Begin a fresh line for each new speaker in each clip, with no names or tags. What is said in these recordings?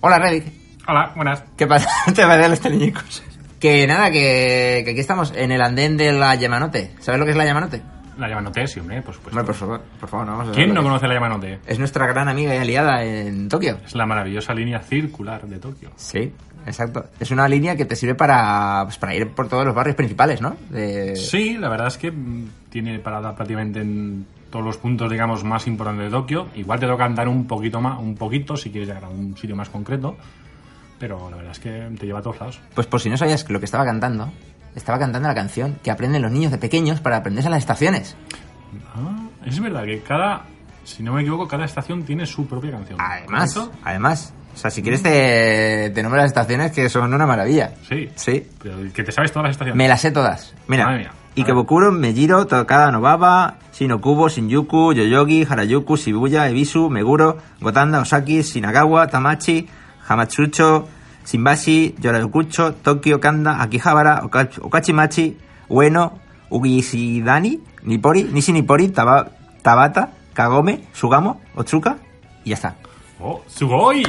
Hola, Reddit.
Hola, buenas.
¿Qué pasa? Te parece los teleñicos. Que nada, que, que aquí estamos en el andén de la Yamanote. ¿Sabes lo que es la Yamanote?
La Yamanote, sí, hombre, por supuesto.
Hombre, por favor, por favor, no vamos a
¿Quién no
hablar de
conoce la Yamanote?
eso. Es nuestra gran amiga y aliada en Tokio.
Es la maravillosa línea circular de Tokio.
Sí, exacto. Es una línea que te sirve para, pues, para ir por todos los barrios principales, ¿no? De-
Sí, la verdad es que mm, tiene parada prácticamente en todos los puntos, digamos, más importantes de Tokio. Igual te toca andar un poquito más, un poquito, si quieres llegar a un sitio más concreto. Pero la verdad es que te lleva a todos lados.
Pues por si no sabías que lo que estaba cantando, estaba cantando la canción que aprenden los niños de pequeños para aprenderse las estaciones.
Ah, es verdad que cada, si no me equivoco, cada estación tiene su propia canción.
Además,
¿Correcto?
además. O sea, si quieres te, te nombro las estaciones que son una maravilla.
Sí.
Sí.
Pero el que te sabes todas las estaciones.
Me las sé todas. Mira.
Madre mía. A ver.
Ikebukuro, Mejiro, Tokada Nobaba, Shinokubo, Shinjuku, Yoyogi, Harajuku, Shibuya, Ebisu, Meguro, Gotanda, Osaki, Shinagawa, Tamachi, Hamatsucho, Shimbashi, Yorakucho, Tokio, Kanda, Akihabara, Oka- Okachimachi, Ueno, Ugishidani, Nipori, Nishi Nipori, Taba- Tabata, Kagome, Sugamo, Otsuka y ya está.
¡Oh, Sugoi!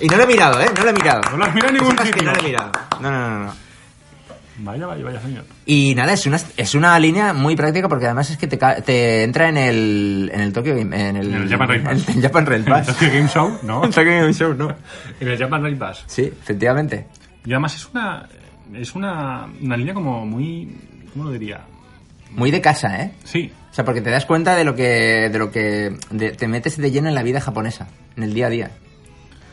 Y no lo he mirado, ¿eh? No lo he mirado.
No lo has mirado en
Que
ningún
sepas que
sitio.
no lo he mirado. No, no, no, no.
Vaya, vaya, vaya, señor.
Y nada, es una, es una línea muy práctica porque además es que te, ca- te entra en el, en el Tokyo Game. En el,
En el Japan Rail Pass.
en el Japan Rail
En el
Pass.
Tokyo Game Show, ¿no?
En Tokyo Game Show, no.
En el Japan Rail Pass.
Sí, efectivamente.
Y además es una es una, una línea como muy ¿cómo lo diría?
Muy de casa, ¿eh?
Sí,
O sea, porque te das cuenta de lo que. de lo que. de- te metes de lleno en la vida japonesa, en el día a día.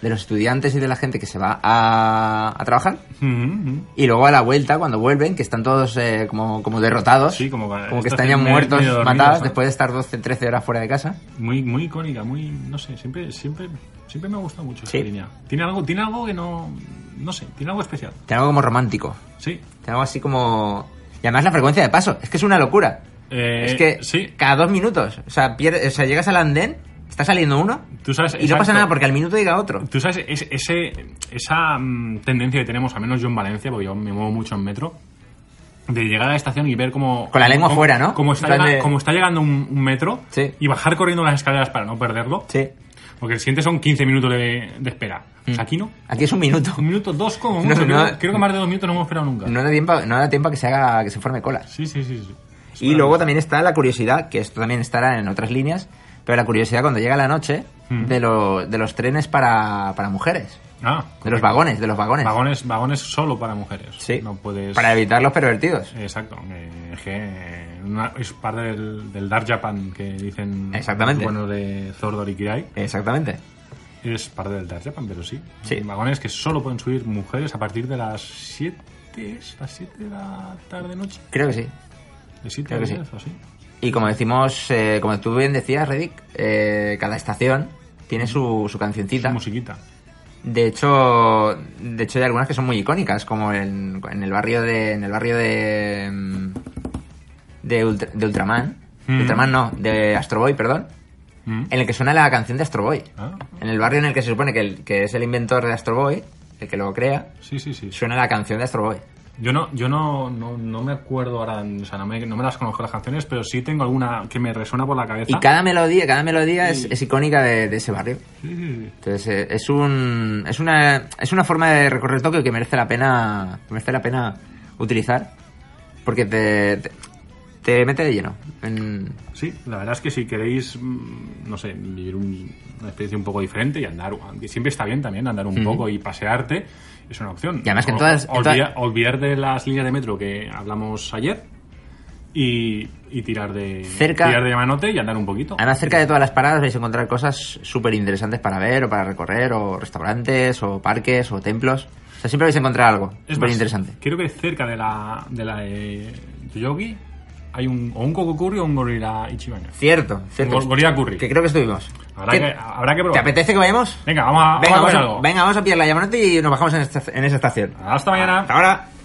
De los estudiantes y de la gente que se va a, a trabajar.
Mhm,
Y luego a la vuelta, cuando vuelven, que están todos eh, como, como derrotados.
Sí, como-
que
están
están ya
medio-
muertos,
medio dormidos,
matados,
¿no?
después de estar 12, 13 horas fuera de casa.
mhm. muy muy icónica, muy no sé, siempre siempre siempre me ha gustado mucho
Sí.
esa línea. Tiene algo tiene algo que no no sé, tiene algo especial.
Tiene algo como romántico.
Sí.
Tiene algo así como. Y además la frecuencia de paso. Es que es una locura.
Eh,
es que
sí.
cada dos minutos. O sea, pierde- o sea, llegas al andén, está saliendo uno.
Tú sabes
y no pasa
exacto.
nada porque al minuto llega otro.
Tú sabes, es- ese, esa mm, tendencia que tenemos, al menos yo en Valencia, porque yo me muevo mucho en metro, de llegar a la estación y ver cómo...
Con la lengua
cómo-
fuera, ¿no?
Cómo está,
En plan
llega-
de-
cómo está llegando un, un metro
Sí.
y bajar corriendo las escaleras para no perderlo.
Sí.
Porque el siguiente son 15 minutos de, de espera. O sea, aquí no.
Aquí es un minuto.
Un minuto, dos como
Mm. No,
mucho.
no.
creo, creo que más de dos minutos no hemos esperado nunca.
No da tiempo, no da tiempo a que se haga, que se forme cola.
Sí, sí, sí. sí.
Y luego también está la curiosidad, que esto también estará en otras líneas, pero la curiosidad cuando llega la noche
Hmm.
de, lo- de los trenes para, para mujeres.
Ah,
De los vagones, de los vagones.
vagones. Vagones solo para mujeres.
Sí.
No puedes...
Para evitar los pervertidos.
Exacto, eh, es que una- es parte del, del Dark Japan que dicen
Exactamente.
bueno de Zordor y Kirai.
Exactamente.
Es parte del Dark Japan, pero sí.
Sí.
Hay Vagones que solo pueden subir mujeres a partir de las 7, las 7 de la tarde noche.
Creo que sí.
De 7 a
Creo que
10 o así.
Y como decimos, eh, como tú bien decías, Reddick, eh, cada estación tiene su, su cancioncita.
Musiquita.
De hecho, de hecho hay algunas que son muy icónicas, como en, en el barrio de en el barrio de mm, de, Ultra- de Ultraman, De
Mm.
Ultraman no, de Astro Boy, perdón,
Mm.
en el que suena la canción de Astro Boy.
Ah,
En el barrio en el que se supone que, el- que es el inventor de Astro Boy, el que lo crea,
sí, sí, sí.
suena la canción de Astro Boy.
Yo no, yo no, no, no me acuerdo ahora, o sea, no me, no me las conozco las canciones, pero sí tengo alguna que me resuena por la cabeza.
Y cada melodía, cada melodía es,
Sí.
es icónica de- de ese barrio.
Sí, sí, sí.
Entonces eh, es un es una es una forma de recorrer Tokio que merece la pena que merece la pena utilizar porque te te, te mete de lleno en-
Sí, la verdad es que si queréis, mm, no sé, vivir un- una experiencia un poco diferente y andar, que siempre está bien también andar un poco y pasearte, es una opción.
Y además que en
O-
todas- en
olvida-
todas-
Olvidar de las líneas de metro que hablamos ayer y, y tirar de
Cerca-
tirar de manote y andar un poquito.
además cerca de todas las paradas vais a encontrar cosas súper interesantes para ver o para recorrer o restaurantes o parques o templos o sea siempre vais a encontrar algo
Es
súper
más,
interesante
Creo que cerca de la de la de Yoyogi hay un, o un Kokokuri o un Gorila Ichibana.
cierto cierto
Gor- Gorilla Curry.
que creo que estuvimos
Habrá
¿Qué-
que, habrá que
te
probar.
apetece que vayamos
Venga, vamos a,
venga
vamos a
vamos
comer
a,
algo.
venga, vamos a pillar la llamada y nos bajamos en, esta- en esa estación
Hasta mañana.
Ah, Hasta ahora